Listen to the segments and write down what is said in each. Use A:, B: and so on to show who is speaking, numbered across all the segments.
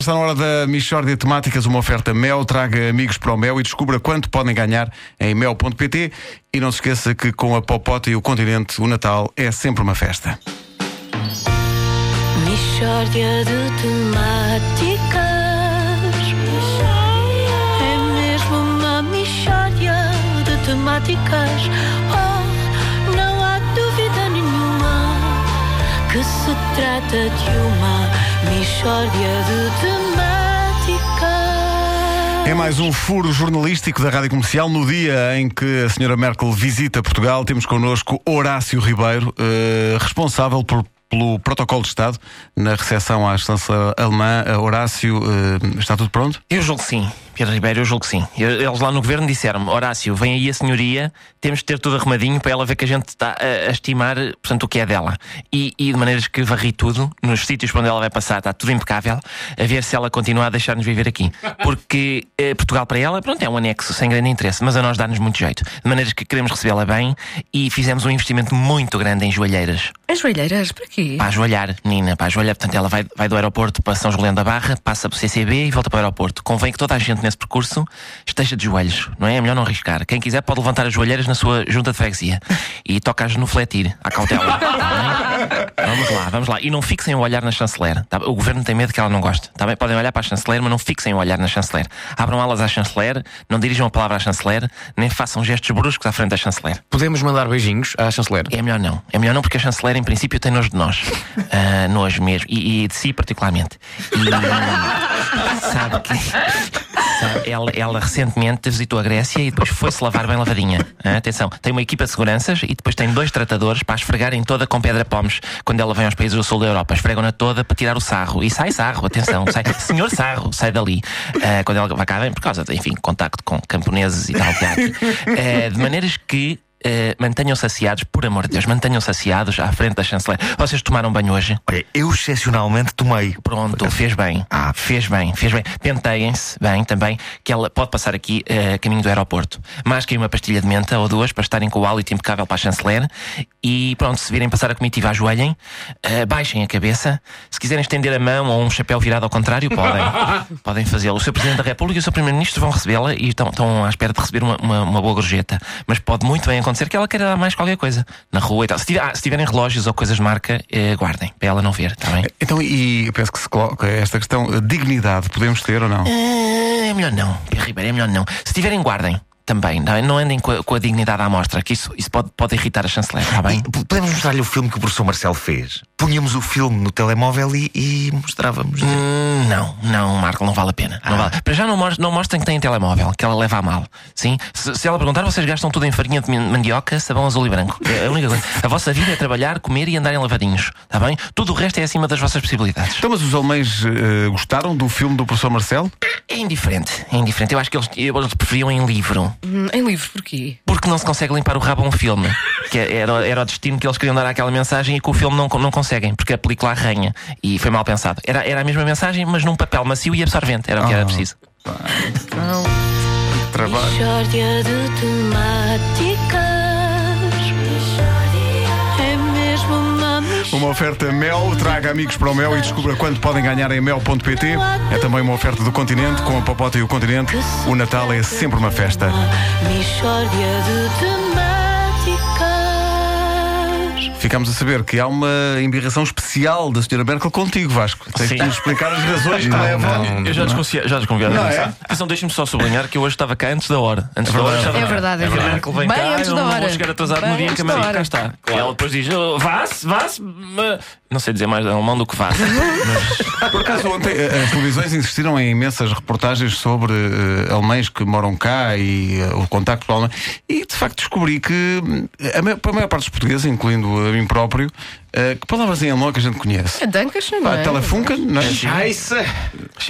A: Está na hora da Michórdia de Temáticas, uma oferta Mel. Traga amigos para o Mel e descubra quanto podem ganhar em mel.pt. E não se esqueça que com a Popota e o Continente, o Natal é sempre uma festa.
B: Mistória de temáticas. É mesmo uma mistória de temáticas. Oh, não há dúvida nenhuma que se trata de uma mistória de temáticas.
A: É mais um furo jornalístico da Rádio Comercial. No dia em que a Sra. Merkel visita Portugal, temos connosco Horácio Ribeiro, eh, responsável por- pelo protocolo de Estado na recepção à Estância Alemã. Eh, Horácio, eh, está tudo pronto?
C: Eu julgo que sim, Pedro Ribeiro, eu julgo que sim. Eu- Eles lá no governo disseram-me: Horácio, vem aí a senhoria, temos de ter tudo arrumadinho para ela ver que a gente está a, a estimar, portanto, o que é dela. E, e de maneiras que varri tudo, nos sítios para onde ela vai passar, está tudo impecável, a ver se ela continua a deixar-nos viver aqui. Porque eh, Portugal para ela, pronto, é um anexo sem grande interesse, mas a nós dá-nos muito jeito. De maneiras que queremos recebê-la bem e fizemos um investimento muito grande em joalheiras.
D: As joelheiras, para quê?
C: Para ajoelhar, menina, para ajoelhar. Portanto, ela vai, vai do aeroporto para São Julião da Barra, passa para o CCB e volta para o aeroporto. Convém que toda a gente nesse percurso esteja de joelhos, não é? É melhor não arriscar. Quem quiser pode levantar as joelheiras na sua junta de freguesia e toca-as no fletir, à cautela. tá bem? vamos lá, vamos lá. E não fixem o olhar na chanceler. tá bem? O governo tem medo que ela não goste. Tá bem? Podem olhar para a chanceler, mas não fixem o olhar na chanceler. Abram alas à chanceler, não dirijam a palavra à chanceler, nem façam gestos bruscos à frente da chanceler.
E: Podemos mandar beijinhos à chanceler.
C: É melhor não. É melhor não porque a chanceler, em princípio, tem nojo de nós. Ah, nojo mesmo. E, e de si, particularmente. E sabe que. sabe, ela, ela recentemente visitou a Grécia e depois foi-se lavar bem lavadinha. Ah, atenção, tem uma equipa de seguranças e depois tem dois tratadores para a esfregarem toda com pedra-pomes quando ela vem aos países do sul da Europa. Esfregam-na toda para tirar o sarro. E sai sarro, atenção, sai. Senhor sarro, sai dali. Ah, quando ela vai cá, vem por causa, de, enfim, contacto com camponeses e tal. que há aqui. Ah, de maneiras que eh, mantenham saciados, por amor de Deus, mantenham saciados à frente da chanceler. Vocês tomaram banho hoje?
F: Olha, eu excepcionalmente tomei.
C: Pronto, fez bem.
F: Ah.
C: Fez bem, fez bem. Penteiem-se bem também, que ela pode passar aqui eh, a caminho do aeroporto. Masquem uma pastilha de menta ou duas para estarem com o hálito impecável para a chanceler. E pronto, se virem passar a comitiva, ajoelhem, eh, baixem a cabeça. Se quiserem estender a mão ou um chapéu virado ao contrário, podem. podem fazê-lo. O seu Presidente da República e o seu Primeiro-Ministro vão recebê-la e estão, estão à espera de receber uma, uma- uma boa gorjeta. Mas pode muito bem acontecer que ela queira dar mais qualquer coisa na rua e tal. Se, tiver- ah, se tiverem relógios ou coisas de marca, eh, guardem, para ela não ver, está bem?
A: Então, e eu penso que se coloca esta questão, eh, dignidade, podemos ter ou não?
C: Ah, É melhor não, Pedro Ribeiro, é melhor não. Se tiverem, guardem também, não, é? Não andem com a, com a dignidade à mostra, que isso, isso pode, pode irritar a chanceler, está bem?
F: E p- Podemos mostrar-lhe o filme que o professor Marcelo fez. Punhamos o filme no telemóvel e, e mostrávamos.
C: Hum, Não, não, Marco, não vale a pena. Não vale. Para já não, mos- não mostrem que têm telemóvel, que ela leva a mal. Sim? Se, se ela perguntar, vocês gastam tudo em farinha de man- mandioca, sabão azul e branco. É a única coisa. A vossa vida é trabalhar, comer e andar em lavadinhos, está bem? Tudo o resto é acima das vossas possibilidades.
A: Então, mas os alemães eh, gostaram do filme do professor Marcelo?
C: É indiferente, é indiferente. Eu acho que eles, eles preferiam em livro.
D: Hum, Em livros, porquê?
C: Porque não se consegue limpar o rabo a um filme. Que era, era o destino que eles queriam dar àquela mensagem e que o filme não, con- não conseguem, porque a película arranha. E foi mal pensado. Era, era a mesma mensagem, mas num papel macio e absorvente. Era o que
D: Ah.
C: era preciso.
A: Trabalho.
B: Mistória de temáticas. É mesmo uma mistória.
A: Uma oferta Mel, traga amigos para o Mel e descubra quanto podem ganhar em mel.pt. É também uma oferta do Continente, com a Popota e o Continente. O Natal é sempre uma festa.
B: Mistória de temáticas.
A: Ficamos a saber que há uma embirração especial da Sra. Merkel contigo, Vasco. Tens
C: Sim.
A: de nos explicar as razões que levam.
D: Ah.
C: Eu já desconfiava. Já desconfiava.
A: Não é?
C: Atenção, deixem-me só sublinhar que eu hoje estava cá antes da hora. Antes da hora. estava
D: É
C: cá.
D: verdade, é
C: A
D: verdade.
C: Merkel vem
D: Bem
C: cá,
D: antes
C: eu
D: da
C: não vou
D: hora.
C: chegar atrasado
D: Bem
C: no dia em que
D: antes
C: a
D: da
C: Maria
D: hora.
C: cá está. E ela depois diz: oh, vá-se, vá-se. mas- Não sei dizer mais é um alemão do que vá-se.
A: Por acaso, ontem eh, as televisões insistiram em imensas reportagens sobre eh, alemães que moram cá e eh, o contacto com a Alemanha. E de facto descobri que, hum, a maior, para a maior parte dos portugueses, incluindo a mim próprio, eh, que palavras em alemão que a gente conhece?
D: A Dankas, não
A: Pá,
D: é?
A: Telefunken, não é?
C: Scheisse,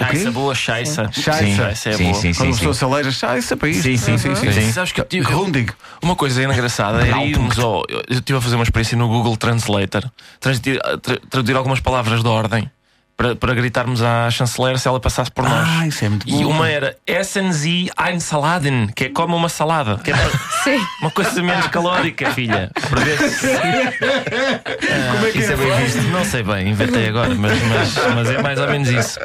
A: Ok.
C: boa, scheisse.
A: Scheisse.
C: Sim, scheisse é
F: Sim,
C: boa.
F: sim, sim.
A: Quando as pessoas se aleijam, ah, isso é para isto.
F: Sim, sim, sim, sim, sim.
C: Sabes que eu tive-
A: Grundig.
C: Uma coisa engraçada era irmos ao. Eu eu estive a fazer uma experiência no Google Translator, transmitir- tra- traduzir algumas palavras da ordem para, para gritarmos à chanceler se ela passasse por nós.
A: Ah, isso é muito
C: E
A: bom.
C: uma era Essen Sie ein Saladen, que é como uma salada, que é para-
D: Sim.
C: uma coisa menos calórica, filha. Para ver se-
A: Como é que
C: isso é bem visto. Não sei bem, inventei agora, mas, mas, mas é mais ou menos isso.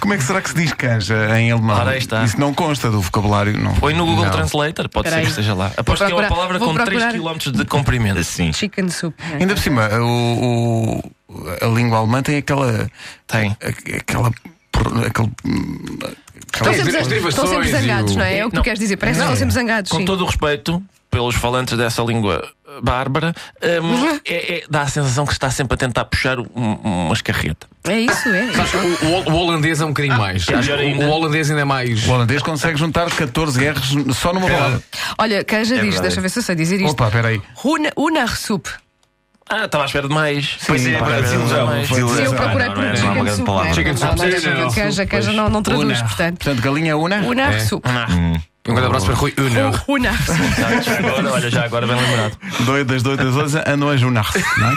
A: Como é que será que se diz canja em alemão?
C: Ora, aí está.
A: Isso não consta do vocabulário, não.
C: Põe no Google
A: Não.
C: Translator, pode
D: Peraí.
C: ser que esteja lá. Aposto que é uma
D: procurar-
C: palavra
D: vou
C: com 3
D: procurar.
C: km de comprimento.
F: Assim.
D: Chicken soup. né?
A: Ainda por cima, o- o- a língua alemã tem aquela.
C: Tem.
A: a- aquela. por- aquele, hum, aquela-
D: Estão
G: as
D: sempre, estão
G: derivações
D: sempre
G: e
D: zangados,
G: o-
D: não é? É o que
C: Não.
D: tu queres dizer. Parece que estão sempre zangados.
C: Com
D: sim.
C: todo o respeito pelos falantes dessa língua eh, bárbara, hum,
D: Uhum.
C: é- é- dá a sensação que se está sempre a tentar puxar um, uma escarreta.
D: É isso, é.
G: Sabes que o, o hol- o holandês é um bocadinho mais.
C: é
G: Acho
C: melhor
G: que o-
C: ainda.
G: o holandês ainda é mais.
A: O holandês consegue juntar 14 R's só numa palavra.
D: Olha, Canja diz, deixa eu ver se eu sei dizer isto.
A: Opa, peraí.
D: Una, una soup.
C: Ah, estava à espera de mais. Pois é,
A: pá,
C: à espera de
G: um
A: desilusão,
C: mais.
F: foi
D: Se eu
F: desilusão.
D: procurar
F: Não,
D: por
F: não é- não é uma
D: chicken
F: grande
D: soup,
F: palavra.
D: né?
G: Chicken
D: Não,
G: soup,
D: não,
G: sim,
D: não,
G: não.
D: Canja, canja não, não traduz,
A: Una. É,
D: portanto.
A: Portanto, galinha una.
D: Una soup.
G: Um grande abraço para Rui Uno.
D: Una soup.
C: Já agora, olha, já agora bem lembrado.
A: Doidas, doidas, doidas, andam a junar-se, não é?